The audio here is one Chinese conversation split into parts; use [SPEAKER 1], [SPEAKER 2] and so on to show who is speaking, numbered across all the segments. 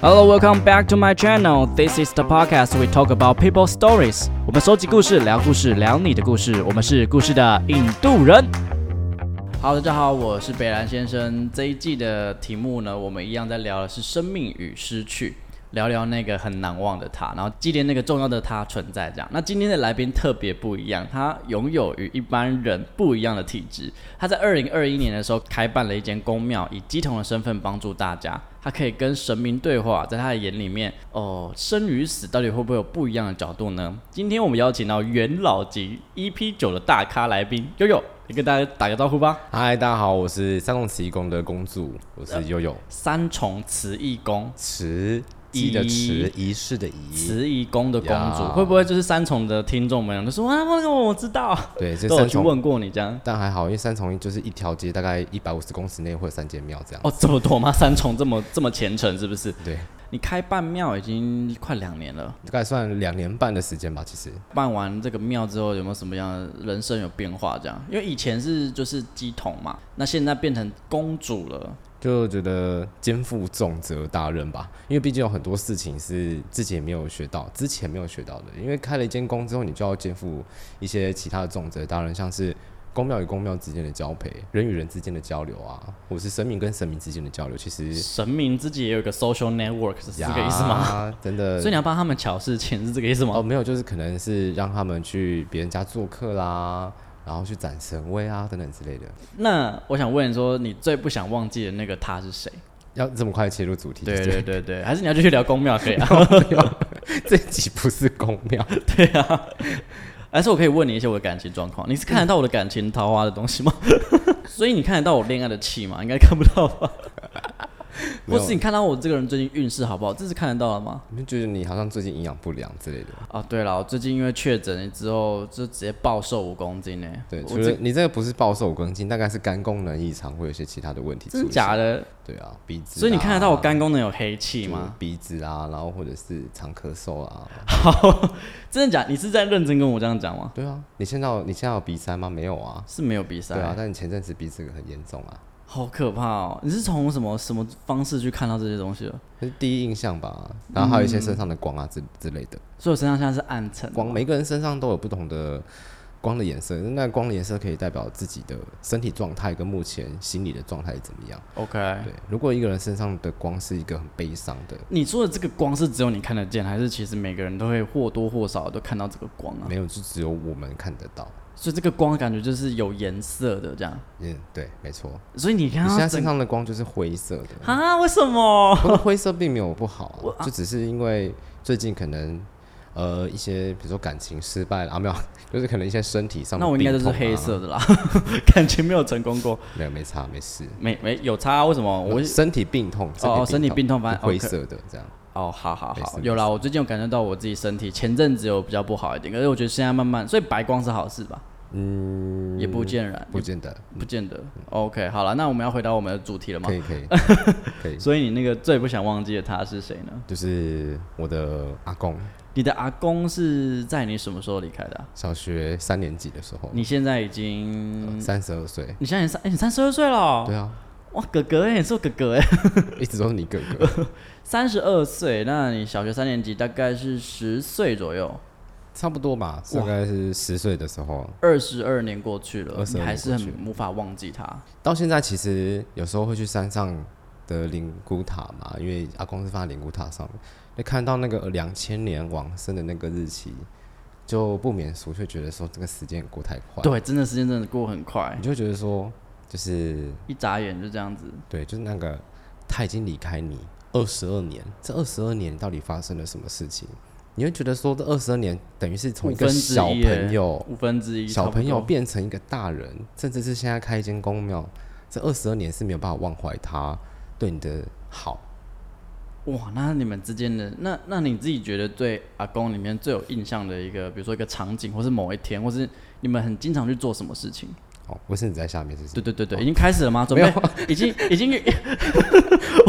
[SPEAKER 1] Hello, welcome back to my channel. This is the podcast we talk about people stories. 我们收集故事，聊故事，聊你的故事。我们是故事的印度人。好，大家好，我是北兰先生。这一季的题目呢，我们一样在聊的是生命与失去，聊聊那个很难忘的他，然后纪念那个重要的他存在。这样，那今天的来宾特别不一样，他拥有与一般人不一样的体质。他在二零二一年的时候开办了一间公庙，以鸡童的身份帮助大家。他可以跟神明对话，在他的眼里面，哦，生与死到底会不会有不一样的角度呢？今天我们邀请到元老级 EP 九的大咖来宾悠悠，你跟大家打个招呼吧。
[SPEAKER 2] 嗨，大家好，我是三重慈义宫的公主，
[SPEAKER 1] 呃
[SPEAKER 2] 我是悠悠。
[SPEAKER 1] 三重慈义宫，
[SPEAKER 2] 慈记的
[SPEAKER 1] 仪
[SPEAKER 2] 慈，仪式的仪。
[SPEAKER 1] 慈义宫的公主，
[SPEAKER 2] 呀
[SPEAKER 1] 会不会就是三重的听众们都说啊，那个我知道，
[SPEAKER 2] 对，这
[SPEAKER 1] 都有
[SPEAKER 2] 三
[SPEAKER 1] 去
[SPEAKER 2] 重，
[SPEAKER 1] 问过你这样？
[SPEAKER 2] 但还好，因为三重就是一条街，大概一百五十公尺内会有三间庙这样。
[SPEAKER 1] 哦，这么多吗？三重这么 这么虔诚是不是？
[SPEAKER 2] 对，
[SPEAKER 1] 你开办庙已经快两年了，
[SPEAKER 2] 大概算两年半的时间吧，其实。
[SPEAKER 1] 办完这个庙之后，有没有什么样的人生有变化？这样，因为以前是就是鸡童嘛，那现在变成公主了，
[SPEAKER 2] 就觉得肩负重责大任吧，因为毕竟有很多事情是自己也没有学到，之前没有学到的。因为开了一间工之后，你就要肩负一些其他的重责大任，像是公庙与公庙之间的交配，人与人之间的交流啊，或是神明跟神明之间的交流，其实
[SPEAKER 1] 神明自己也有一个 social network 是这个意思吗？
[SPEAKER 2] 呀？真 的，
[SPEAKER 1] 所以你要帮他们瞧事情是这个意思吗？
[SPEAKER 2] 哦，没有，就是可能是让他们去别人家做客啦，然后去展神威啊等等之类的。
[SPEAKER 1] 那我想问你说，你最不想忘记的那个他是谁？
[SPEAKER 2] 要这么快切入主题？
[SPEAKER 1] 对
[SPEAKER 2] 是不
[SPEAKER 1] 对
[SPEAKER 2] 是，
[SPEAKER 1] 对对，还是你要继续聊公庙可 以啊？
[SPEAKER 2] 这集不是公庙，
[SPEAKER 1] 对啊， 还是我可以问你一些我的感情状况？你是看得到我的感情桃花的东西吗？ 所以你看得到我恋爱的气吗？应该看不到 吧？
[SPEAKER 2] 没有
[SPEAKER 1] 或是你看到我这个人最近运势好不好？这是看得到了吗？
[SPEAKER 2] 你们觉得你好像最近营养不良之类的。
[SPEAKER 1] 啊，对了，我最近因为确诊之后，就直接暴瘦五公斤呢。
[SPEAKER 2] 对，
[SPEAKER 1] 我
[SPEAKER 2] 除
[SPEAKER 1] 这
[SPEAKER 2] 了你这个不是暴瘦跟进，大概是肝功能异常，会有一些其他的问题。
[SPEAKER 1] 真的假？的？
[SPEAKER 2] 对啊，鼻子、
[SPEAKER 1] 所以你看得到我肝功能有黑气吗？？
[SPEAKER 2] 鼻子啊，然后或者是常咳嗽啊。
[SPEAKER 1] 真的假？你是在认真跟我这样讲吗？
[SPEAKER 2] 对啊，你现在有你现在有鼻塞吗？没有啊。
[SPEAKER 1] 是没有 鼻塞，
[SPEAKER 2] 对啊，但你前阵子鼻子很严重啊，
[SPEAKER 1] 好可怕哦！你是从什么什么方式去看到这些东西的？
[SPEAKER 2] 那是第一印象吧。然后还有一些身上的光啊之之类的
[SPEAKER 1] 所以我身上现在是暗沉的
[SPEAKER 2] 光，
[SPEAKER 1] 吗
[SPEAKER 2] 每个人身上都有不同的光的颜色，那光的颜色可以代表自己的身体状态跟目前心理的状态怎么样。
[SPEAKER 1] OK，
[SPEAKER 2] 对，如果一个人身上的光是一个很悲伤的，
[SPEAKER 1] 你说的这个光是只有你看得见，还是其实每个人都会或多或少都看到这个光啊？
[SPEAKER 2] 没有，就只有我们看得到。
[SPEAKER 1] 所以这个光感觉就是有颜色的这样。
[SPEAKER 2] 嗯，对，没错。
[SPEAKER 1] 所以你
[SPEAKER 2] 你
[SPEAKER 1] 看到
[SPEAKER 2] 现在身
[SPEAKER 1] 整
[SPEAKER 2] 上的光就是灰色的，
[SPEAKER 1] 啊？为什么？
[SPEAKER 2] 不过灰色并没有不好啊、就只是因为最近可能呃一些比如说感情失败了啊，没有， 就是可能一些身体上的、
[SPEAKER 1] 那
[SPEAKER 2] 病
[SPEAKER 1] 我应该就是
[SPEAKER 2] 痛啊
[SPEAKER 1] 黑，色的啦， 感情没有成功过，
[SPEAKER 2] 没有没差没事。
[SPEAKER 1] 没没有差、啊？为什么？我
[SPEAKER 2] 身体呃病痛
[SPEAKER 1] 哦身体病痛反正
[SPEAKER 2] 反正灰
[SPEAKER 1] OK
[SPEAKER 2] 色的这样。
[SPEAKER 1] 哦，好好
[SPEAKER 2] 没
[SPEAKER 1] 好，
[SPEAKER 2] 事
[SPEAKER 1] 有啦。我最近有感觉到我自己身体，前阵子有比较不好一点，可是我觉得现在慢慢，所以白光是好事吧？嗯，也不尽然，
[SPEAKER 2] 不见得，
[SPEAKER 1] 不见得。OK，好了，那我们要回到我们的主题了吗
[SPEAKER 2] 可？以 可以可以，
[SPEAKER 1] 所以你那个最不想忘记的他是谁呢？
[SPEAKER 2] 就是我的阿公，
[SPEAKER 1] 你的阿公是在你什么时候离开的啊、
[SPEAKER 2] 小学三年级的时候，呃
[SPEAKER 1] 你嗯现在已经，
[SPEAKER 2] 三十二岁，
[SPEAKER 1] 你现在也三，哎、你三十二岁了哦、
[SPEAKER 2] 对啊，
[SPEAKER 1] 哇，哥哥哎、你是我哥哥哎、
[SPEAKER 2] 一直都是你哥 哥，
[SPEAKER 1] 三十二岁，那你小学三年级大概是十岁左右，
[SPEAKER 2] 差不多吧，大概是十岁的时候，
[SPEAKER 1] 二十二年过去了，
[SPEAKER 2] 22
[SPEAKER 1] 你还是
[SPEAKER 2] 年过
[SPEAKER 1] 很无法忘记他。
[SPEAKER 2] 到现在其实有时候会去山上的灵骨塔嘛，因为阿公是放在灵骨塔上面，就看到那个两千年往生的那个日期，就不免俗，就觉得说这个时间过太快，，
[SPEAKER 1] 对，真的时间真的过很快
[SPEAKER 2] 你，就会觉得说就是
[SPEAKER 1] 一眨眼就这样子。
[SPEAKER 2] 对，就是那个他已经离开你二十二年，这二十二年到底发生了什么事情？你会觉得说这二十二年等于是从一个
[SPEAKER 1] 五分之一
[SPEAKER 2] 小
[SPEAKER 1] 耶
[SPEAKER 2] 朋友，
[SPEAKER 1] 五分之一，
[SPEAKER 2] 哦小
[SPEAKER 1] 差不
[SPEAKER 2] 朋友
[SPEAKER 1] 多
[SPEAKER 2] 变成一个大人，甚至是现在开一间公庙，这二十二年是没有办法忘怀他对你的好。
[SPEAKER 1] 哇，那你们之间的那那你自己觉得对阿公里面最有印象的一个，比如说一个场景，或是某一天，或是你们很经常去做什么事情？
[SPEAKER 2] 哦，我是你在下面是不是？哦
[SPEAKER 1] 对对对对，已经开始了吗？准备
[SPEAKER 2] 没
[SPEAKER 1] 已经已经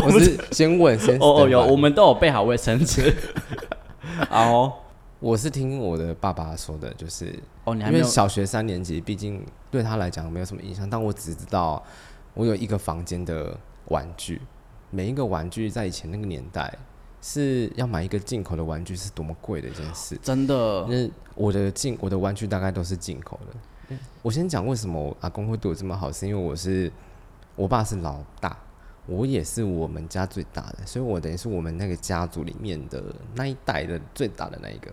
[SPEAKER 2] 我是先问先
[SPEAKER 1] 哦哦有，
[SPEAKER 2] standby
[SPEAKER 1] 我们都有备好卫生纸。 好哦
[SPEAKER 2] 我是听我的爸爸说的，就是
[SPEAKER 1] 哦，你还
[SPEAKER 2] 因
[SPEAKER 1] 没
[SPEAKER 2] 为
[SPEAKER 1] 有
[SPEAKER 2] 小学三年级，毕竟对他来讲没有什么印象，但我只知道我有一个房间的玩具，每一个玩具在以前那个年代是要买一个进口的玩具是多么贵的一件事。
[SPEAKER 1] 真的，
[SPEAKER 2] 那我的进我的玩具大概都是进口的。我先讲为什么我阿公会对我这么好，是因为我是我爸是老大，我也是我们家最大的，所以我等于是我们那个家族里面的那一代的最大的那一个。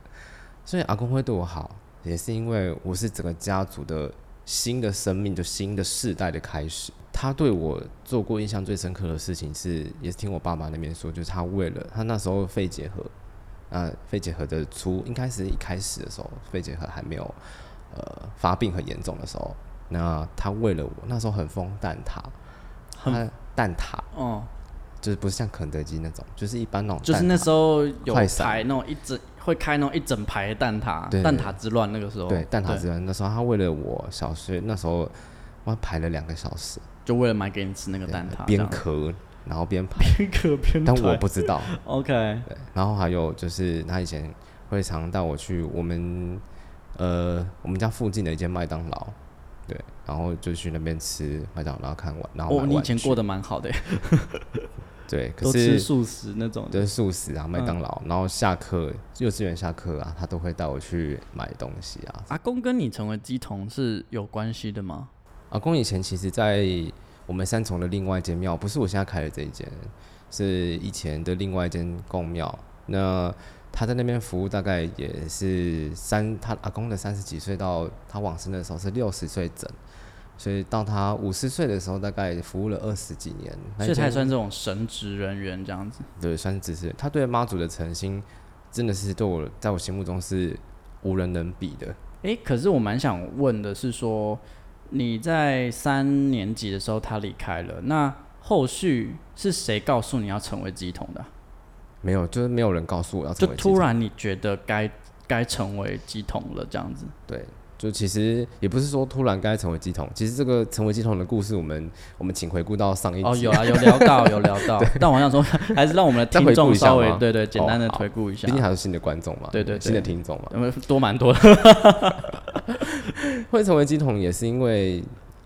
[SPEAKER 2] 所以阿公会对我好，也是因为我是整个家族的新的生命，就新的世代的开始。他对我做过印象最深刻的事情是，也是听我爸妈那边说，就是他为了他那时候肺结核，啊、肺结核的初应该是一开始的时候，肺结核还没有呃发病很严重的时候，那他为了我那时候很疯蛋挞，
[SPEAKER 1] 很
[SPEAKER 2] 他蛋挞
[SPEAKER 1] 哦，
[SPEAKER 2] 就是不是像肯德基那种，就是一般那种
[SPEAKER 1] 就是
[SPEAKER 2] 蛋
[SPEAKER 1] 那
[SPEAKER 2] 挞
[SPEAKER 1] 时候有
[SPEAKER 2] 快闪
[SPEAKER 1] 排那种一整会开那种一整排的蛋挞，
[SPEAKER 2] 对
[SPEAKER 1] 蛋挞之乱那个时候，
[SPEAKER 2] 对蛋挞之乱，那时候他为了我小学那时候我排了两个小时，
[SPEAKER 1] 就为了买给你吃那个蛋挞，
[SPEAKER 2] 边咳然后边排，
[SPEAKER 1] 啊边可边
[SPEAKER 2] 但我不知道。
[SPEAKER 1] OK，
[SPEAKER 2] 对，然后还有就是他以前会常带我去我们呃我们家附近的一间麦当劳，对，然后就去那边吃麦当劳看完，然后
[SPEAKER 1] 哦，
[SPEAKER 2] 买
[SPEAKER 1] 你以
[SPEAKER 2] 玩
[SPEAKER 1] 前
[SPEAKER 2] 具
[SPEAKER 1] 过得蛮好的，
[SPEAKER 2] 对，可
[SPEAKER 1] 都吃
[SPEAKER 2] 是
[SPEAKER 1] 素嗯食那种的，
[SPEAKER 2] 就是素食啊，麦当劳，然后下课幼稚园下课啊，他都会带我去买东西啊。
[SPEAKER 1] 阿公跟你成为鸡童是有关系的吗？
[SPEAKER 2] 阿啊公以前其实在我们三重的另外一间庙，不是我现在开的这一间，是以前的另外一间公庙。那他在那边服务大概也是三，他阿公的三十几岁到他往生的时候是六十岁整，所以到他五十岁的时候，大概服务了二十几年。那
[SPEAKER 1] 所以
[SPEAKER 2] 一间
[SPEAKER 1] 才算这种神职人员这样子。
[SPEAKER 2] 对，算是支持。他对妈祖的诚心，真的是对我在我心目中是无人能比的。
[SPEAKER 1] 诶，可是我蛮想问的是说，你在三年级的时候他离开了，那后续是谁告诉你要成为鸡童的啊？
[SPEAKER 2] 没有，就是没有人告诉我要
[SPEAKER 1] 就
[SPEAKER 2] 成为基督
[SPEAKER 1] 突然你觉得该该成为鸡童了这样子？
[SPEAKER 2] 对，就其实也不是说突然该成为鸡桶，其实这个成为鸡桶的故事，我们我们请回顾到上一集。
[SPEAKER 1] 哦，有啊，有聊到，有聊 到。但我想说，还是让我们的
[SPEAKER 2] 再
[SPEAKER 1] 听
[SPEAKER 2] 回顾
[SPEAKER 1] 众
[SPEAKER 2] 一下
[SPEAKER 1] 稍微
[SPEAKER 2] 吗
[SPEAKER 1] 对对简
[SPEAKER 2] 哦
[SPEAKER 1] 单的
[SPEAKER 2] 好
[SPEAKER 1] 回顾一下
[SPEAKER 2] 毕，竟还有新的观众嘛，
[SPEAKER 1] 对对对
[SPEAKER 2] 新的听众嘛。
[SPEAKER 1] 因为多蛮多的。
[SPEAKER 2] 会成为鸡桶也是因为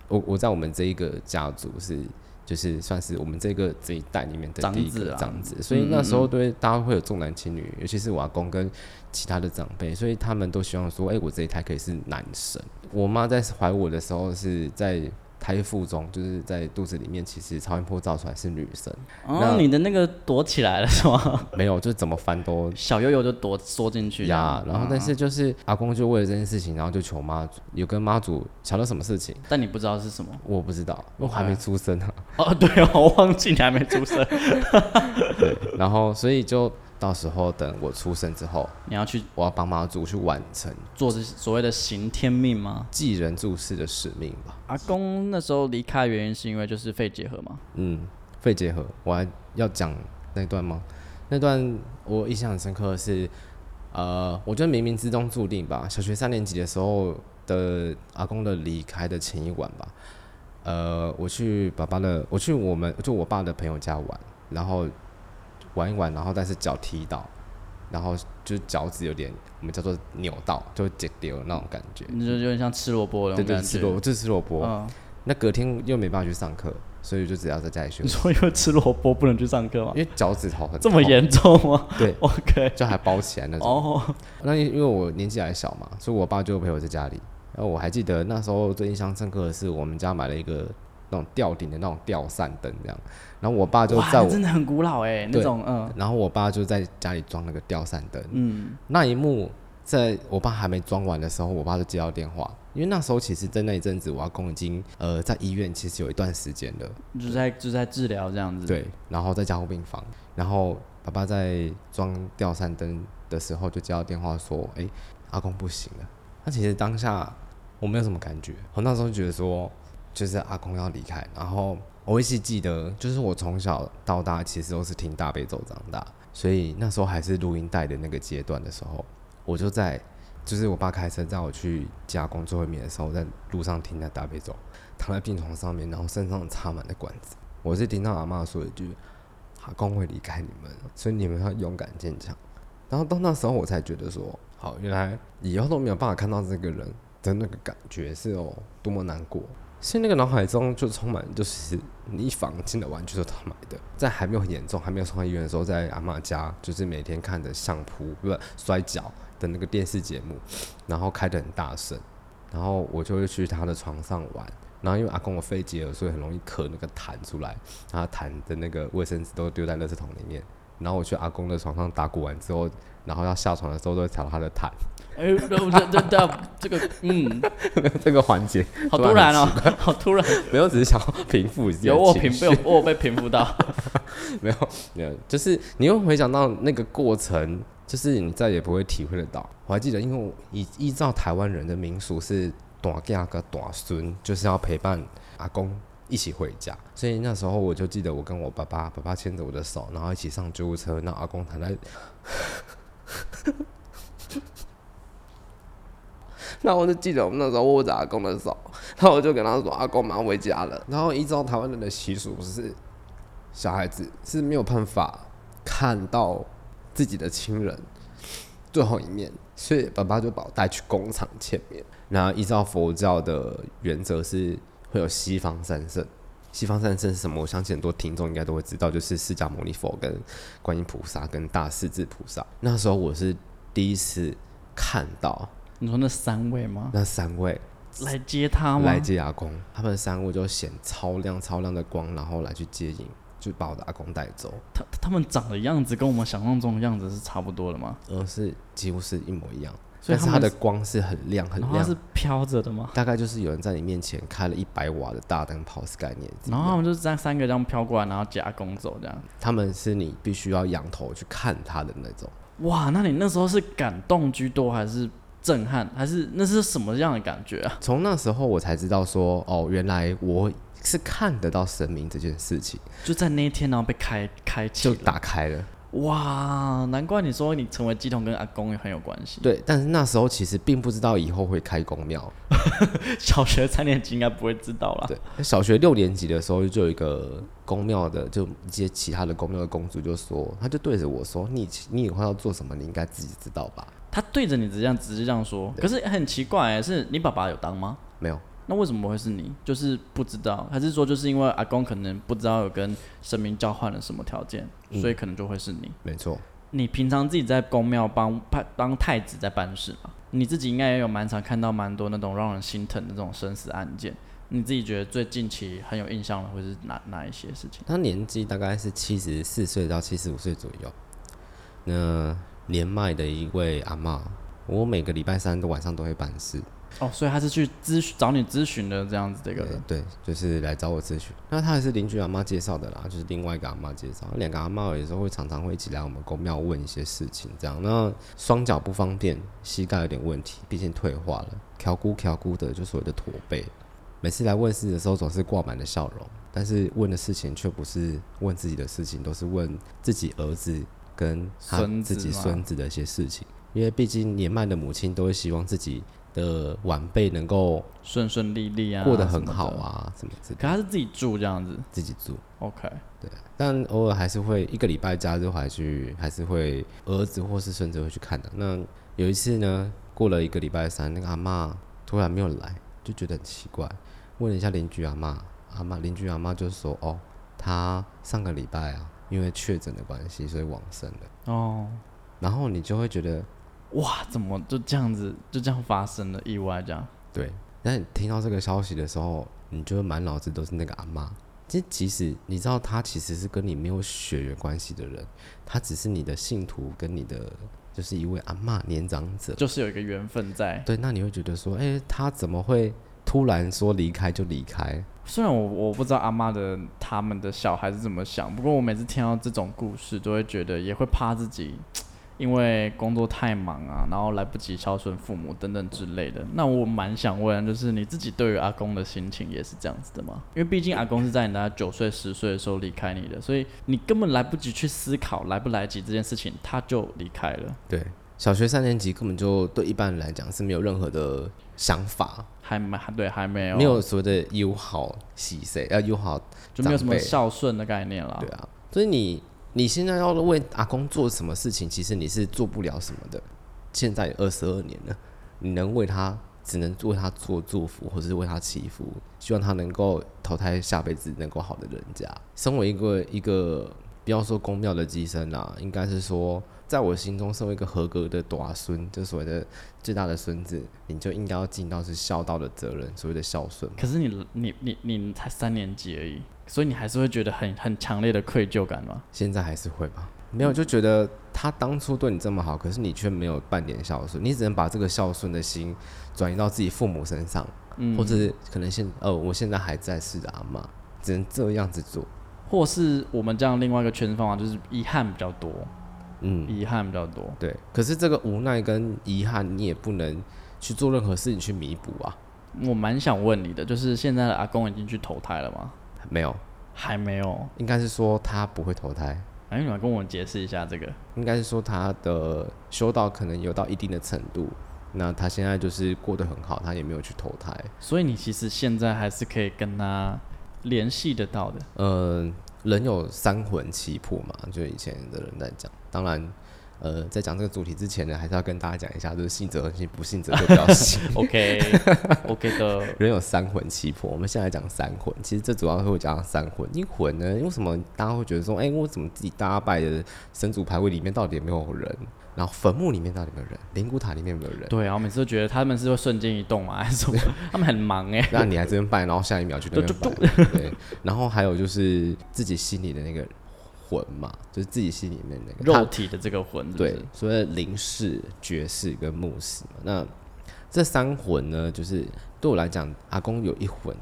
[SPEAKER 2] 我我在我们这一个家族是就是算是我们这个这一代里面的
[SPEAKER 1] 长
[SPEAKER 2] 第一
[SPEAKER 1] 子
[SPEAKER 2] 个
[SPEAKER 1] 啊
[SPEAKER 2] 长子，所以那时
[SPEAKER 1] 嗯
[SPEAKER 2] 候对大家会有重男轻女，尤其是我阿公跟其他的长辈，所以他们都希望说，哎、我这一胎可以是男生。我妈在怀我的时候是在胎腹中，就是在肚子里面，其实超音波照出来是女生，
[SPEAKER 1] 哦，
[SPEAKER 2] 那
[SPEAKER 1] 你的那个躲起来了是吗？
[SPEAKER 2] 没有，就怎么翻 都
[SPEAKER 1] 小悠悠就躲缩进去
[SPEAKER 2] 呀。然后但，
[SPEAKER 1] 嗯
[SPEAKER 2] 是就是阿公就为了这件事情，然后就求妈祖，有跟妈祖瞧到什么事情，
[SPEAKER 1] 但你不知道是什么。
[SPEAKER 2] 我不知道，我还没出生啊。
[SPEAKER 1] 哦， 对哦，我忘记你还没出生，
[SPEAKER 2] 对，然后所以就到时候等我出生之后，
[SPEAKER 1] 你要去
[SPEAKER 2] 我要帮妈祖去完成
[SPEAKER 1] 做这所谓的行天命吗？
[SPEAKER 2] 继人注释的使命吧。
[SPEAKER 1] 阿公那时候离开的原因是因为就是肺结核嘛。
[SPEAKER 2] 嗯，肺结核，我还要讲那段吗？那段我印象很深刻的是，呃，我觉得冥冥之中注定吧。小学三年级的时候的阿公的离开的前一晚吧，呃，我去爸爸的，我去我们就我爸的朋友家玩，然后玩一玩，然后但是脚踢到，然后就脚趾有点我们叫做扭到，就解丢那种感觉。
[SPEAKER 1] 你就有点像吃萝卜那
[SPEAKER 2] 对
[SPEAKER 1] 种嗯
[SPEAKER 2] 对，
[SPEAKER 1] 感觉。
[SPEAKER 2] 吃萝卜，就是吃萝卜。
[SPEAKER 1] 嗯，
[SPEAKER 2] 那隔天又没办法去上课，所以就只要在家里休
[SPEAKER 1] 你
[SPEAKER 2] 息。
[SPEAKER 1] 说因为吃萝卜不能去上课 吗？
[SPEAKER 2] 因为脚趾头很
[SPEAKER 1] 这么
[SPEAKER 2] 痛，
[SPEAKER 1] 严重 吗
[SPEAKER 2] 对，
[SPEAKER 1] ？OK，
[SPEAKER 2] 就还包起来那种。
[SPEAKER 1] 哦，
[SPEAKER 2] 那因因为我年纪还小嘛，所以我爸就陪我在家里。然后我还记得那时候最印象深刻的是，我们家买了一个那种吊顶的那种吊扇灯这样。然后我爸就
[SPEAKER 1] 哇，
[SPEAKER 2] 在
[SPEAKER 1] 那
[SPEAKER 2] 我，
[SPEAKER 1] 真的很古老哎，那
[SPEAKER 2] 对
[SPEAKER 1] 种嗯
[SPEAKER 2] 然后我爸就在家里装那个吊扇灯。
[SPEAKER 1] 嗯，
[SPEAKER 2] 那一幕，在我爸还没装完的时候，我爸就接到电话，因为那时候其实，在那一阵子，我阿公已经呃在医院其实有一段时间了。
[SPEAKER 1] 就在就在治疗这样子。，
[SPEAKER 2] 对，然后在加护病房，然后爸爸在装吊扇灯的时候就接到电话说，哎、阿公不行了。那其实当下我没有什么感觉，我那时候觉得说，就是阿公要离开，然后我一直记得，就是我从小到大其实都是听大悲咒长大，所以那时候还是录音带的那个阶段的时候，我就在。就是我爸开车载我去家工最后一面的时候，在路上听那大悲咒，躺在病床上面，然后身上插满了管子。我是听到阿妈说一句：“阿公会离开你们，所以你们要勇敢坚强。”然后到那时候我才觉得说，哦好，原来以后都没有办法看到这个人的那个感觉是有多么难过。所以那个脑海中就充满，就是你一房间的玩具都是他买的，在还没有很严重、还没有送到医院的时候，在阿嬷家就是每天看着相扑不是摔跤的那个电视节目，然后开得很大声，然后我就会去她的床上玩。然后因为阿公我肺结核，所以很容易咳那个痰出来，然后痰的那个卫生纸都丢在垃圾桶里面。然后我去阿公的床上打鼓完之后，然后要下床的时候都会踩到他的痰，
[SPEAKER 1] 哎，这这这这个，嗯，
[SPEAKER 2] 这个环节
[SPEAKER 1] 好突然哦，好突 然，
[SPEAKER 2] 没有只是想要平复一下
[SPEAKER 1] 有我
[SPEAKER 2] 情
[SPEAKER 1] 平
[SPEAKER 2] 绪
[SPEAKER 1] 被我我有被平复到，
[SPEAKER 2] 没有，没有，就是你又回想到那个过程，就是你再也不会体会得到。我还记得，因为我依依照台湾人的民俗是短嫁跟短孙，就是要陪伴阿公一起回家，所以那时候我就记得我跟我爸爸，爸爸牵着我的手，然后一起上救护车，那阿公躺在， 那我就记得我们那时候握着阿公的手，然后我就跟他说阿公马上回家了。然后依照台湾人的习俗是。小孩子是没有办法看到自己的亲人最后一面，所以爸爸就把我带去工厂前面。那依照佛教的原则是会有西方三圣，西方三圣是什么？我相信很多听众应该都会知道，就是释迦牟尼佛、跟观音菩萨、跟大势至菩萨。那时候我是第一次看到
[SPEAKER 1] 你说那三位吗？
[SPEAKER 2] 那三位
[SPEAKER 1] 来接他吗
[SPEAKER 2] 来？接阿公，他们三位就显超亮超亮的光，然后来去接引，就把我的阿公带走。
[SPEAKER 1] 他他们长的样子跟我们想象中的样子是差不多的吗？
[SPEAKER 2] 而呃是几乎是一模一样，
[SPEAKER 1] 所以
[SPEAKER 2] 但是
[SPEAKER 1] 他
[SPEAKER 2] 它
[SPEAKER 1] 们
[SPEAKER 2] 的光是很亮很
[SPEAKER 1] 然后它
[SPEAKER 2] 亮，
[SPEAKER 1] 是飘着的吗？
[SPEAKER 2] 大概就是有人在你面前开了一百瓦的大灯泡是概念是一
[SPEAKER 1] 然后
[SPEAKER 2] 样。
[SPEAKER 1] 他们就是这样三个这样飘过来，然后加工走这样。
[SPEAKER 2] 他们是你必须要仰头去看它的那种，
[SPEAKER 1] 哇，那你那时候是感动居多，还是震撼，还是那是什么样的感觉啊？
[SPEAKER 2] 从那时候我才知道说，哦，原来我是看得到神明这件事情，
[SPEAKER 1] 就在那一天，然后被开开启
[SPEAKER 2] 就
[SPEAKER 1] 了。
[SPEAKER 2] 打开了。
[SPEAKER 1] 哇，难怪你说你成为鸡童跟阿公也很有关系。
[SPEAKER 2] 对，但是那时候其实并不知道以后会开公庙。
[SPEAKER 1] 小学三年级应该不会知道啦。
[SPEAKER 2] 对，小学六年级的时候就有一个公庙的，就一些其他的公庙的公主就说，她就对着我说：“你你以后要做什么，你应该自己知道吧。”
[SPEAKER 1] 他对着你直接这样直接这样说，可是很奇怪、欸，是你爸爸有当吗？
[SPEAKER 2] 没有，
[SPEAKER 1] 那为什么会是你？就是不知道，还是说就是因为阿公可能不知道有跟神明交换了什么条件，
[SPEAKER 2] 嗯
[SPEAKER 1] 所以可能就会是你。
[SPEAKER 2] 没错，
[SPEAKER 1] 你平常自己在公庙帮帮帮太子在办事嘛？你自己应该也有蛮常看到蛮多那种让人心疼的这种生死案件。你自己觉得最近期很有印象的会是哪哪一些事情？
[SPEAKER 2] 他年纪大概是七十四岁到七十五岁左右。那年迈的一位阿嬷，我每个礼拜三的晚上都会办事，
[SPEAKER 1] 哦，所以他是去咨询找你咨询的这样子的一个人。
[SPEAKER 2] 对，就是来找我咨询。那她也是邻居阿嬷介绍的啦，就是另外一个阿嬷介绍，两个阿嬷有时候会常常会一起来我们公庙问一些事情，这样。那双脚不方便，膝盖有点问题，毕竟退化了，调姑调姑的，就所谓的驼背。每次来问事的时候，总是挂满了笑容，但是问的事情却不是问自己的事情，都是问自己儿子跟他
[SPEAKER 1] 孙子
[SPEAKER 2] 自己
[SPEAKER 1] 吗
[SPEAKER 2] 孙子的一些事情。因为毕竟年迈的母亲都会希望自己的晚辈能够
[SPEAKER 1] 顺顺利利啊，
[SPEAKER 2] 过得很好
[SPEAKER 1] 什么
[SPEAKER 2] 啊，什么
[SPEAKER 1] 的。
[SPEAKER 2] 之类
[SPEAKER 1] 可他是自己住这样子
[SPEAKER 2] 自己住，
[SPEAKER 1] ，OK，
[SPEAKER 2] 但偶尔还是会一个礼拜假日还去，还是会儿子或是孙子会去看的。那有一次呢，过了一个礼拜三，那个阿嬷突然没有来，就觉得很奇怪，问了一下邻居阿嬷，阿嬷邻居阿嬷就说：“哦，她上个礼拜啊，因为确诊的关系，所以往生了。
[SPEAKER 1] 哦，”
[SPEAKER 2] 然后你就会觉得，
[SPEAKER 1] 哇，怎么就这样子就这样发生了意外这样？
[SPEAKER 2] 对，那你听到这个消息的时候，你就会满脑子都是那个阿妈。其实，即使你知道她其实是跟你没有血缘关系的人，她只是你的信徒跟你的就是一位阿妈年长者。
[SPEAKER 1] 就是有一个缘分在。
[SPEAKER 2] 对，那你会觉得说，哎、她怎么会突然说离开就离开？
[SPEAKER 1] 虽然我我不知道阿妈的他们的小孩是怎么想，不过我每次听到这种故事，都会觉得也会怕自己。因为工作太忙啊，然后来不及孝顺父母等等之类的。那我蛮想问，就是你自己对于阿公的心情也是这样子的吗？因为毕竟阿公是在你大概九岁、十岁的时候离开你的，所以你根本来不及去思考来不来及这件事情，他就离开了，
[SPEAKER 2] 对，小学三年级根本就对一般人来讲是没有任何的想法，
[SPEAKER 1] 还没还对还没有
[SPEAKER 2] 没有所谓的友好喜谁，呃，友好
[SPEAKER 1] 就没有什么
[SPEAKER 2] 长辈
[SPEAKER 1] 孝顺的概念啦。
[SPEAKER 2] 对啊，所以你你现在要为阿公做什么事情，其实你是做不了什么的。现在二十二年了，你能为他只能为他做祝福，或者是为他祈福，希望他能够投胎下辈子能够好的人家。身为一个一个不要说公庙的机身啦、应该是说，在我心中，身为一个合格的大孙，就所谓的最大的孙子，你就应该要尽到是孝道的责任，所谓的孝顺。
[SPEAKER 1] 可是你你你你才三年级而已，所以你还是会觉得很很强烈的愧疚感吗？
[SPEAKER 2] 现在还是会吧？没有，就觉得他当初对你这么好，可是你却没有半点孝顺，你只能把这个孝顺的心转移到自己父母身上，
[SPEAKER 1] 嗯，
[SPEAKER 2] 或者是可能现呃，我现在还在世的阿妈，只能这样子做。
[SPEAKER 1] 或是我们这样另外一个圈方法，就是遗憾比较多，
[SPEAKER 2] 嗯，
[SPEAKER 1] 遗憾比较多。
[SPEAKER 2] 对。可是这个无奈跟遗憾，你也不能去做任何事情去弥补啊。
[SPEAKER 1] 我蛮想问你的，就是现在的阿公已经去投胎了吗？
[SPEAKER 2] 没有，
[SPEAKER 1] 还没有，
[SPEAKER 2] 应该是说他不会投胎，
[SPEAKER 1] 哎，你们跟我解释一下这个。
[SPEAKER 2] 应该是说他的修道可能有到一定的程度，那他现在就是过得很好，他也没有去投胎。
[SPEAKER 1] 所以你其实现在还是可以跟他联系得到 的。
[SPEAKER 2] 呃，人有三魂七魄嘛，就以前的人在讲。当然，呃，在讲这个主题之前呢，还是要跟大家讲一下，就是信则恒信，不信则就不要信。
[SPEAKER 1] OK OK 的，
[SPEAKER 2] 人有三魂七魄，我们现在讲三魂，其实这主要会讲到三魂。一魂呢，为什么大家会觉得说，哎、我怎么自己大拜的神主牌位里面到底有没有人？然后坟墓里面到底有没有人？灵骨塔里面有没有人？
[SPEAKER 1] 对啊，我每次都觉得他们是会瞬间移动嘛，还是什么？他们很忙哎、
[SPEAKER 2] 那你还真拜，然后下一秒去那边拜，对。然后还有就是自己心里的那个魂嘛，就是自己心里面那个
[SPEAKER 1] 肉体的这个魂是不是
[SPEAKER 2] 对，，所谓的灵视、爵士跟牧师嘛。那这三魂呢，就是对我来讲，阿公有一魂，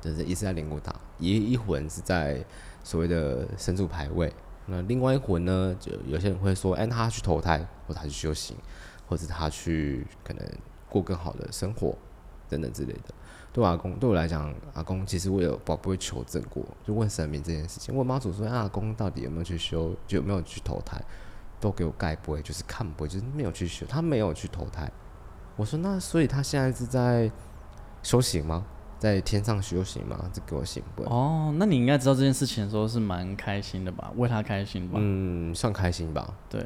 [SPEAKER 2] 就是一是在灵骨塔，一一魂是在所谓的神主牌位。那另外一魂呢，就有些人会说，哎、那他去投胎，或者他去修行，或者他去可能过更好的生活，等等之类的。对我阿公，对我来讲，阿公其实我有宝贝求证过，就问神明这件事情，问妈祖说，啊阿公到底有没有去修，就有没有去投胎？都给我盖不会，就是看不会，就是没有去学，他没有去投胎。我说那所以他现在是在修行吗？在天上修行吗？这给我醒不？
[SPEAKER 1] 哦，那你应该知道这件事情的时候是蛮开心的吧？为他开心吧？
[SPEAKER 2] 嗯，算开心吧。
[SPEAKER 1] 对，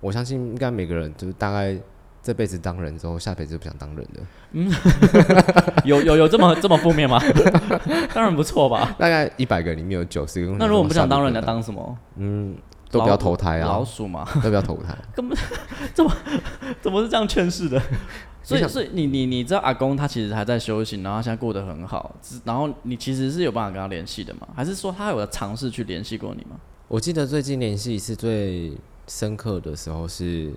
[SPEAKER 2] 我相信应该每个人就是大概这辈子当人之后，下辈子就不想当人了。
[SPEAKER 1] 有有有这么这么负面吗？ 当然不错吧。
[SPEAKER 2] 大概一百个里面有九十个。
[SPEAKER 1] 那如果我们不想当人，
[SPEAKER 2] 的
[SPEAKER 1] 要当什嗯么？哎
[SPEAKER 2] 嗯，都不要投胎啊
[SPEAKER 1] 老，鼠嘛？
[SPEAKER 2] 都不要投胎。
[SPEAKER 1] 怎么是这样劝世的？所以，
[SPEAKER 2] 想
[SPEAKER 1] 所以你你你知道阿公他其实还在修行，然后他现在过得很好，只然后你其实是有办法跟他联系的嘛？还是说他有尝试去联系过你吗？
[SPEAKER 2] 我记得最近联系一次最深刻的时候是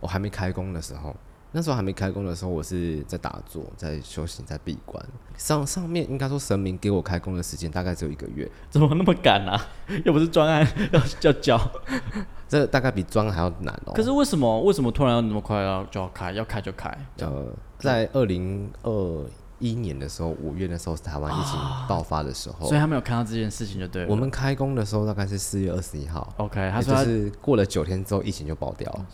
[SPEAKER 2] 我还没开工的时候。那时候还没开工的时候，我是在打坐、在修行、在闭关。上上面应该说神明给我开工的时间大概只有一个月，
[SPEAKER 1] 怎么那么赶啊？ 哦又不是专案 要要交，
[SPEAKER 2] 这大概比装还要难哦、
[SPEAKER 1] 可是为什么为什么突然要那么快要就要开，要开就开？
[SPEAKER 2] 呃，在二零二一年的时候，五月那时候是台湾疫情爆发的时候，
[SPEAKER 1] 所以他没有看到这件事情就对了。
[SPEAKER 2] 我们开工的时候大概是四月二十一号，
[SPEAKER 1] OK，他
[SPEAKER 2] 也
[SPEAKER 1] 说
[SPEAKER 2] 就
[SPEAKER 1] 他，
[SPEAKER 2] 是过了九天之后，疫情就爆掉了，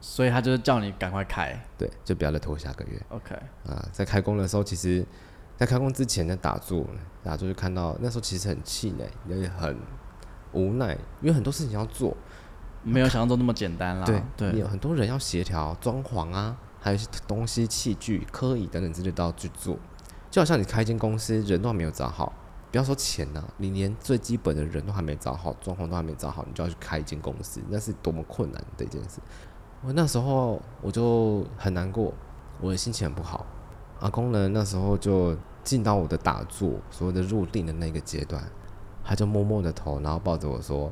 [SPEAKER 1] 所以他就是叫你赶快开。
[SPEAKER 2] 对，就不要再拖下个月。
[SPEAKER 1] OK，
[SPEAKER 2] 啊，在开工的时候，其实，在开工之前在打坐，打坐就看到那时候其实很气馁，也很无奈，因为很多事情要做，
[SPEAKER 1] 没有想象中那么简单啦。
[SPEAKER 2] 你
[SPEAKER 1] 对，
[SPEAKER 2] 有很多人要协调装潢啊，还有一些东西、器具、科椅等等之类都要去做，就好像你开一间公司，人都还没有找好。不要说钱呐、你连最基本的人都还没找好，装潢都还没找好，你就要去开一间公司，那是多么困难的一件事。我那时候我就很难过，我的心情很不好。阿公呢，那时候就进到我的打坐，所谓的入定的那个阶段，他就摸摸我的头，然后抱着我说：“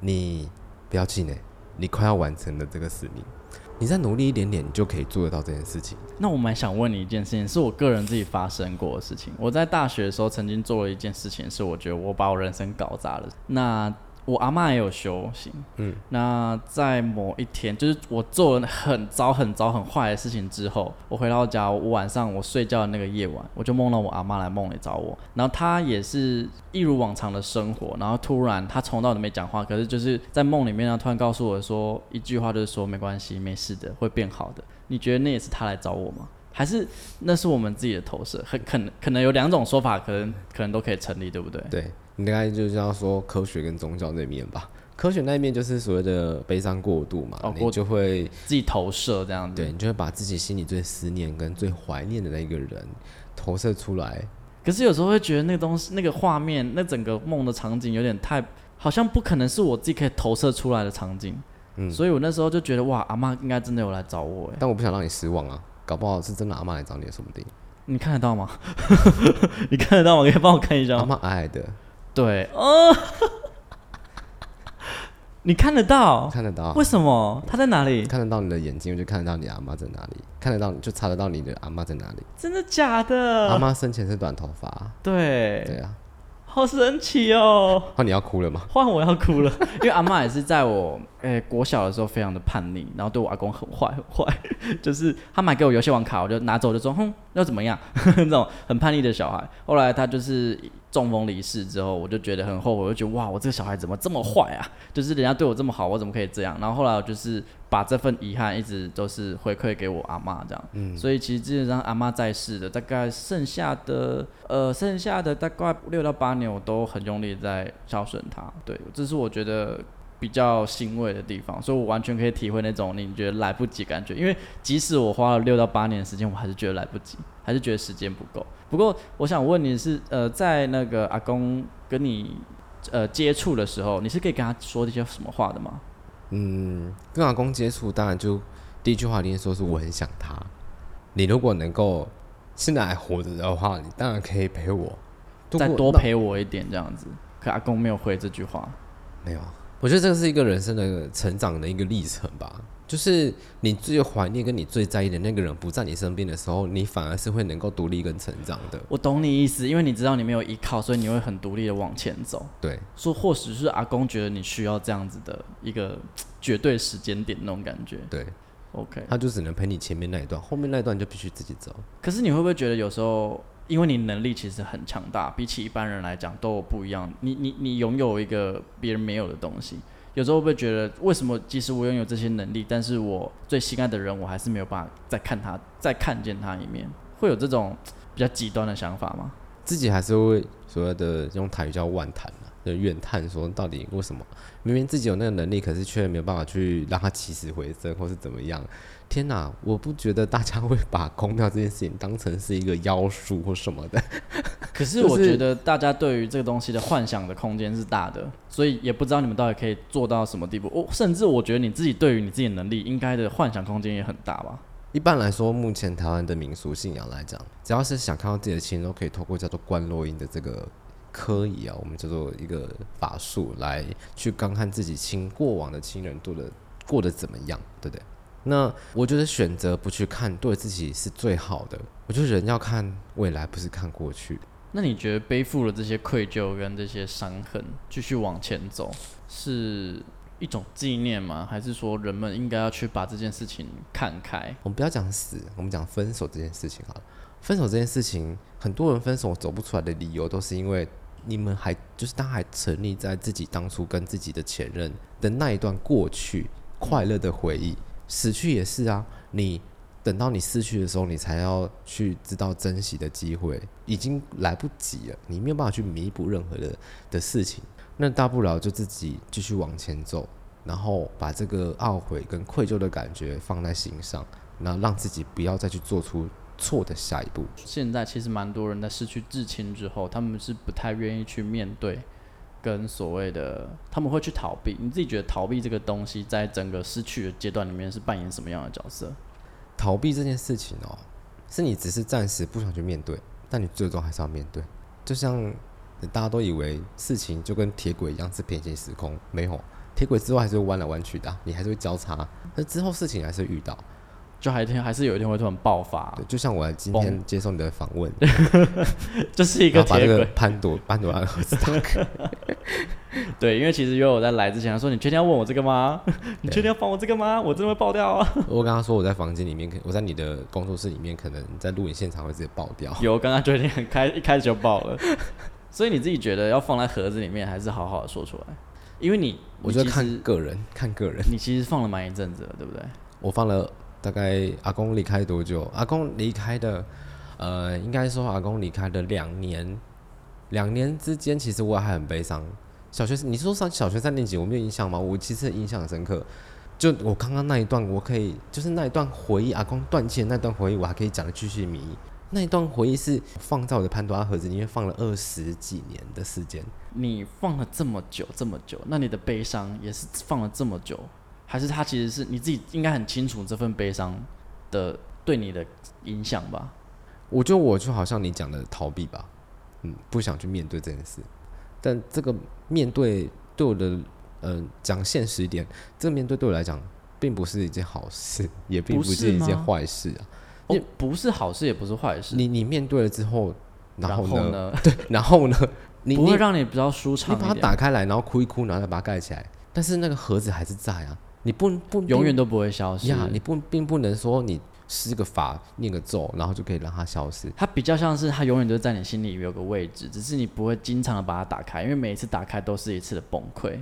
[SPEAKER 2] 你不要气馁，你快要完成了这个使命，你再努力一点点，你就可以做得到这件事情。
[SPEAKER 1] 那我蛮想问你一件事情，是我个人自己发生过的事情。我在大学的时候曾经做了一件事情，是我觉得我把我人生搞砸了。那我阿嬷也有修行，嗯，那在某一天，就是我做了很糟、很糟、很坏的事情之后，我回到家，我晚上我睡觉的那个夜晚，我就梦到我阿嬷来梦里找我，然后她也是一如往常的生活，然后突然她从头到尾都没讲话，可是就是在梦里面呢，突然告诉我说一句话，就是说没关系，没事的，会变好的。你觉得那也是她来找我吗？还是那是我们自己的投射？很可能可能有两种说法，可能可能都可以成立，对不对？
[SPEAKER 2] 对你大概就这样说科学跟宗教那面吧，科学那一面就是所谓的悲伤过度嘛，
[SPEAKER 1] 哦过嗯
[SPEAKER 2] 你就会
[SPEAKER 1] 自己投射这样子。
[SPEAKER 2] 对，你就会把自己心里最思念跟最怀念的那个人投射出来。
[SPEAKER 1] 可是有时候会觉得那个东西、那个画面、那整个梦的场景有点太，好像不可能是我自己可以投射出来的场景。
[SPEAKER 2] 嗯
[SPEAKER 1] 所以我那时候就觉得，哇，阿妈应该真的有来找我哎，
[SPEAKER 2] 但我不想让你失望啊，搞不好是真的阿妈来找你也说不定。
[SPEAKER 1] 你看得到吗？ 你看得到吗？可以帮我看一下
[SPEAKER 2] 阿
[SPEAKER 1] 吗？
[SPEAKER 2] 妈矮矮的，
[SPEAKER 1] 对，哦，你看得到？
[SPEAKER 2] 看得到，
[SPEAKER 1] 哦
[SPEAKER 2] 啊
[SPEAKER 1] 为什么？他在哪里？
[SPEAKER 2] 看得到你的眼睛，我就看得到你阿妈在哪里，看得到就查得到你的阿妈在哪里。
[SPEAKER 1] 真的假
[SPEAKER 2] 阿
[SPEAKER 1] 的？
[SPEAKER 2] 妈生前是短头发，
[SPEAKER 1] 对，
[SPEAKER 2] 对啊。
[SPEAKER 1] 好神奇哦。
[SPEAKER 2] 哦，你要哭了吗？
[SPEAKER 1] 换我要哭了，因为阿嬷也是在我诶、国小的时候非常的叛逆，然后对我阿公很坏很 坏，就是他买给我游戏王卡，我就拿走，我就说哼要怎么样 那种很叛逆的小孩。后来他就是中风离世之后，我就觉得很后悔，我就觉得哇我这个小孩怎么这么坏啊？就是人家对我这么好，我怎么可以这样？然后后来我就是把这份遗憾一直都是回馈给我阿嬷这样。所以其实基本上阿妈在世的大概剩下的呃剩下的大概六到八年，我都很用力地在孝顺她。对，这是我觉得比较欣慰的地方，所以我完全可以体会那种你觉得来不及感觉，因为即使我花了六到八年的时间，我还是觉得来不及，还是觉得时间不够。不过我想问你是呃在那个阿公跟你呃接触的时候，你是可以跟他说一些什么话的吗？
[SPEAKER 2] 嗯，跟阿公接触，当然就第一句话一定说是我很想他。你如果能够现在还活着的话，你当然可以陪我，度
[SPEAKER 1] 再
[SPEAKER 2] 过
[SPEAKER 1] 多
[SPEAKER 2] 那
[SPEAKER 1] 陪我一点这样子。可阿公没有回这句话，
[SPEAKER 2] 没有。我觉得这个是一个人生的成长的一个历程吧，就是你最怀念跟你最在意的那个人不在你身边的时候，你反而是会能够独立跟成长的。
[SPEAKER 1] 我懂你意思，因为你知道你没有依靠，所以你会很独立的往前走。
[SPEAKER 2] 对，
[SPEAKER 1] 说或许是阿公觉得你需要这样子的一个嘖绝对时间点那种感觉。
[SPEAKER 2] 对，
[SPEAKER 1] OK，
[SPEAKER 2] 他就只能陪你前面那一段，后面那一段你就必须自己走。
[SPEAKER 1] 可是你会不会觉得有时候，因为你能力其实很强大，比起一般人来讲都有不一样，你你你拥有一个别人没有的东西。有时候会不会觉得，为什么即使我拥有这些能力，但是我最心爱的人，我还是没有办法再看他，再看见他一面，会有这种嘖比较极端的想法吗？
[SPEAKER 2] 自己还是会所谓的用台语叫万叹啊，就怨叹说到底为什么明明自己有那个能力，可是却没有办法去让它起死回生，或是怎么样？天哪，我不觉得大家会把公庙这件事情当成是一个妖术或什么的。
[SPEAKER 1] 可是
[SPEAKER 2] 就是
[SPEAKER 1] 我觉得大家对于这个东西的幻想的空间是大的，所以也不知道你们到底可以做到什么地步。我、哦甚至我觉得你自己对于你自己的能力应该的幻想空间也很大吧？
[SPEAKER 2] 一般来说，目前台湾的民俗信仰来讲，只要是想看到自己的亲人，都可以透过叫做观落阴的这个科仪啊，我们叫做一个法术，来去观看自己亲过往的亲人过得过得怎么样，对不对？那我觉得选择不去看，对自己是最好的。我觉得人要看未来，不是看过去。
[SPEAKER 1] 那你觉得背负了这些愧疚跟这些伤痕，继续往前走，是一种纪念吗？还是说人们应该要去把这件事情看开？
[SPEAKER 2] 我们不要讲死，我们讲分手这件事情好了。分手这件事情，很多人分手走不出来的理由，都是因为你们还就是他还沉溺在自己当初跟自己的前任的那一段过去快乐的回忆。死去也是啊，你等到你逝去的时候，你才要去知道珍惜的机会，已经来不及了，你没有办法去弥补任何的的事情。那大不了就自己继续往前走，然后把这个懊悔跟愧疚的感觉放在心上，那让自己不要再去做出错的下一步。
[SPEAKER 1] 现在其实蛮多人在失去至亲之后，他们是不太愿意去面对跟所谓的，他们会去逃避。你自己觉得逃避这个东西，在整个失去的阶段里面是扮演什么样的角色？
[SPEAKER 2] 逃避这件事情哦，是你只是暂时不想去面对，但你最终还是要面对。就像大家都以为事情就跟铁轨一样是平行时空，没有铁轨之后还是会弯来弯去的啊、你还是会交叉，那之后事情还是会遇到。
[SPEAKER 1] 就还天还是有一天会突然爆发，
[SPEAKER 2] 对，就像我今
[SPEAKER 1] 崩
[SPEAKER 2] 天接受你的访问，
[SPEAKER 1] 就是 一
[SPEAKER 2] 然
[SPEAKER 1] 个
[SPEAKER 2] 后把
[SPEAKER 1] 铁
[SPEAKER 2] 这个
[SPEAKER 1] 轨。
[SPEAKER 2] 潘朵潘朵拉的盒子打开。
[SPEAKER 1] 对，因为其实约我在来之前，他说你确定要问我这个吗？ 你确定要帮我这个吗？我真的会爆掉啊！
[SPEAKER 2] 我跟他说我在房间里面，可我在你的工作室里面，可能在录影现场会直接爆掉。
[SPEAKER 1] 有，刚刚就已经很开，一开始就爆了。所以你自己觉得要放在盒子里面，还是好好的说出来？因为你，
[SPEAKER 2] 我
[SPEAKER 1] 你
[SPEAKER 2] 觉
[SPEAKER 1] 其实
[SPEAKER 2] 得看个人，看个人。
[SPEAKER 1] 你其实放了蛮一阵子了，对不对？
[SPEAKER 2] 我放了大概阿公离开多久？阿公离开的，呃，应该说阿公离开的两年，两年之间，其实我还很悲伤，小学，你是说上小学三年级，我没有印象吗？我其实很印象很深刻。就我刚刚那一段，我可以就是那一段回忆，阿公断气的那段回忆，我还可以讲的继续迷遗。那一段回忆是放在我的潘多拉盒子里面放了二十几年的时间。
[SPEAKER 1] 你放了这么久，这么久，那你的悲伤也是放了这么久，还是他其实是你自己应该很清楚这份悲伤的对你的影响吧？
[SPEAKER 2] 我觉得我就好像你讲的逃避吧，嗯，不想去面对这件事。但这个面对对我的，呃，讲现实一点，这个面对对我来讲，并不是一件好事， 也并
[SPEAKER 1] 不
[SPEAKER 2] 不
[SPEAKER 1] 是
[SPEAKER 2] 是一件
[SPEAKER 1] 吗
[SPEAKER 2] 坏事啊。
[SPEAKER 1] 哦，不是好事，也不是坏事。
[SPEAKER 2] 你你面对了之后，然后呢？
[SPEAKER 1] 呢？
[SPEAKER 2] 然后呢？ 你
[SPEAKER 1] 不
[SPEAKER 2] 你
[SPEAKER 1] 会让你比较舒
[SPEAKER 2] 你
[SPEAKER 1] 畅
[SPEAKER 2] 把它
[SPEAKER 1] 一
[SPEAKER 2] 打
[SPEAKER 1] 点，
[SPEAKER 2] 开来，然后哭一哭，然后再把它盖起来。但是那个盒子还是在啊，你不不
[SPEAKER 1] 永远都不会消失。
[SPEAKER 2] 呀，你不并不能说你施个法念个咒，然后就可以让它消失。
[SPEAKER 1] 它比较像是它永远都在你心里有个位置，只是你不会经常的把它打开，因为每一次打开都是一次的崩溃。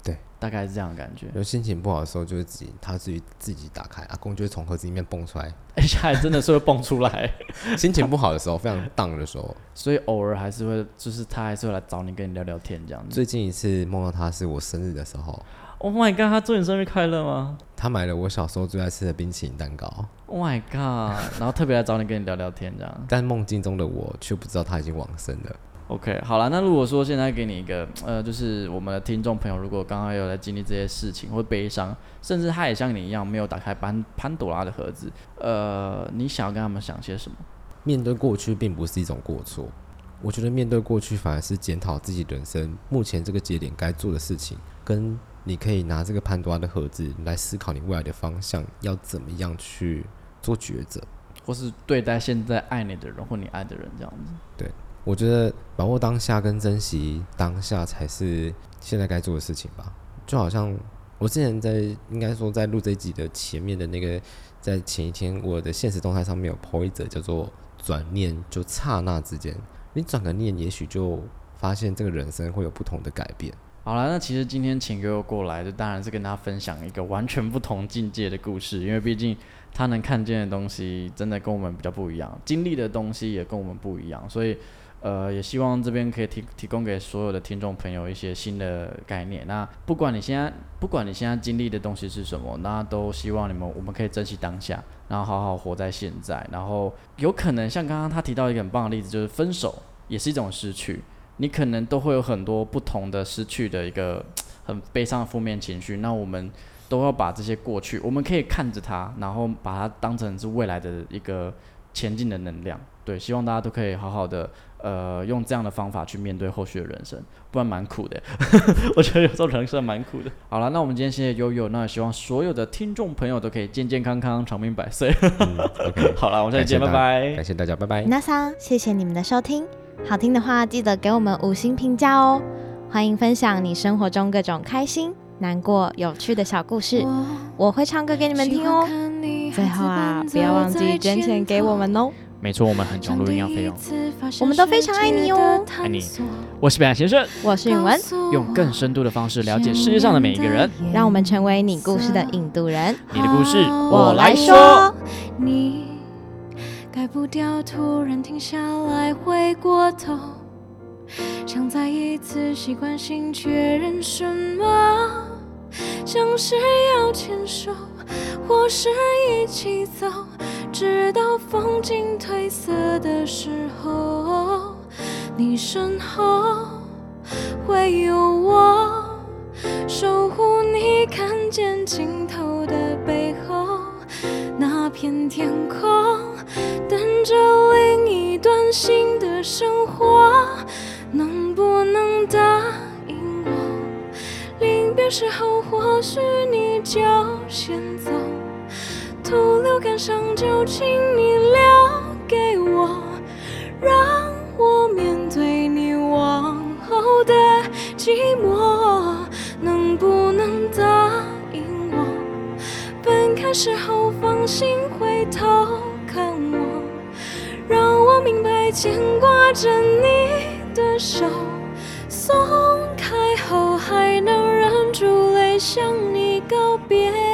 [SPEAKER 2] 对，
[SPEAKER 1] 大概是这样的感觉。
[SPEAKER 2] 有心情不好的时候，就会自己他自己自己打开，阿公就会从盒子里面蹦出来。
[SPEAKER 1] 而且还哎真的是会蹦出来，
[SPEAKER 2] 心情不好的时候，非常荡的时候，
[SPEAKER 1] 所以偶尔还是会，就是他还是会来找你，跟你聊聊天这样子。
[SPEAKER 2] 最近一次梦到他是我生日的时候，
[SPEAKER 1] Oh my god，他祝你生日快乐吗
[SPEAKER 2] 他买了我小时候最爱吃的冰淇淋蛋糕，
[SPEAKER 1] ？Oh my god，然后 特别来找你跟你聊聊天这样。
[SPEAKER 2] 但梦境中的我却不知道他已经往生了。
[SPEAKER 1] OK，好了，那如果说现在给你一个，呃，就是我们的听众朋友，如果刚刚有在经历这些事情或悲伤，甚至他也像你一样没有打开潘潘朵拉的盒子，呃，你想要跟他们讲些什么？
[SPEAKER 2] 面对过去并不是一种过错，我觉得面对过去反而是检讨自己人生目前这个节点该做的事情，跟你可以拿这个潘多拉的盒子来思考你未来的方向，要怎么样去做抉择。
[SPEAKER 1] 或是对待现在爱你的人或你爱的人这样子？
[SPEAKER 2] 我觉得把握当下跟珍惜当下才是现在该做的事情吧。就好像我之前在应该说在录这一集的前面的那个，在前一天我的现实动态上面有 po 一则叫做“转念就刹那之间”，你转个念，也许就发现这个人生会有不同的改变。
[SPEAKER 1] 好了，那其实今天请哥过来，就当然是跟他分享一个完全不同境界的故事，因为毕竟他能看见的东西真的跟我们比较不一样，经历的东西也跟我们不一样，所以呃，也希望这边可以提提供给所有的听众朋友一些新的概念。那不管你现在不管你现在经历的东西是什么，那都希望你们我们可以珍惜当下，然后好好活在现在，然后有可能像刚刚他提到一个很棒的例子，就是分手也是一种失去。你可能都会有很多不同的失去的一个很悲伤的负面情绪。那我们都要把这些过去，我们可以看着它，然后把它当成是未来的一个前进的能量。对，希望大家都可以好好的，呃，用这样的方法去面对后续的人生，不然蛮苦的。 我觉得有时候人生蛮苦的。好了，那我们今天谢谢悠悠，那也希望所有的听众朋友都可以健健康康、长命百岁。
[SPEAKER 2] 嗯，OK，
[SPEAKER 1] 好了，我们下期见，拜
[SPEAKER 2] 感谢大
[SPEAKER 1] 拜。
[SPEAKER 2] 感谢大家，拜拜。
[SPEAKER 3] 那桑，谢谢你们的收听，好听的话记得给我们五星评价哦。欢迎分享你生活中各种开心、难过、有趣的小故事，我会唱歌给你
[SPEAKER 4] 你
[SPEAKER 3] 们
[SPEAKER 4] 们
[SPEAKER 3] 听
[SPEAKER 4] 听
[SPEAKER 3] 哦
[SPEAKER 4] 哦。。
[SPEAKER 3] 最
[SPEAKER 4] 最
[SPEAKER 3] 后
[SPEAKER 4] 后
[SPEAKER 3] 啊
[SPEAKER 4] 啊，，
[SPEAKER 3] 不
[SPEAKER 4] 不
[SPEAKER 3] 要
[SPEAKER 4] 要
[SPEAKER 3] 忘
[SPEAKER 4] 忘
[SPEAKER 3] 记
[SPEAKER 4] 记
[SPEAKER 3] 捐
[SPEAKER 4] 捐
[SPEAKER 3] 钱
[SPEAKER 4] 钱
[SPEAKER 3] 给
[SPEAKER 4] 给
[SPEAKER 3] 我
[SPEAKER 4] 我们
[SPEAKER 3] 们哦。
[SPEAKER 1] 没错，我们很
[SPEAKER 4] 哦，
[SPEAKER 1] 穷，录音要费用。
[SPEAKER 4] 我们都非常爱你哦，
[SPEAKER 1] 爱你我是北岸先生，
[SPEAKER 3] 我是允文，
[SPEAKER 1] 用更深度的方式了解世界上的每一个人。
[SPEAKER 3] 让我们成为你故事的引渡人。
[SPEAKER 1] 你的故事
[SPEAKER 3] 我
[SPEAKER 1] 我
[SPEAKER 3] 来
[SPEAKER 1] 来
[SPEAKER 3] 说
[SPEAKER 1] 说。
[SPEAKER 4] 你改不掉，突然停下来，回过头，想再一次习惯性确认什么，像是要牵手，或是一起走，直到风景褪色的时候，你身后会有我。守护你看见尽头的背后，那片天空等着另一段新的生活。能不能答应我？临别时候，或许你就先走，徒留感伤就请你留给我，让我面对你往后的寂寞。能不能答应我，分开时候放心回头看我，让我明白牵挂着你的手，松开后还能忍住泪向你告别。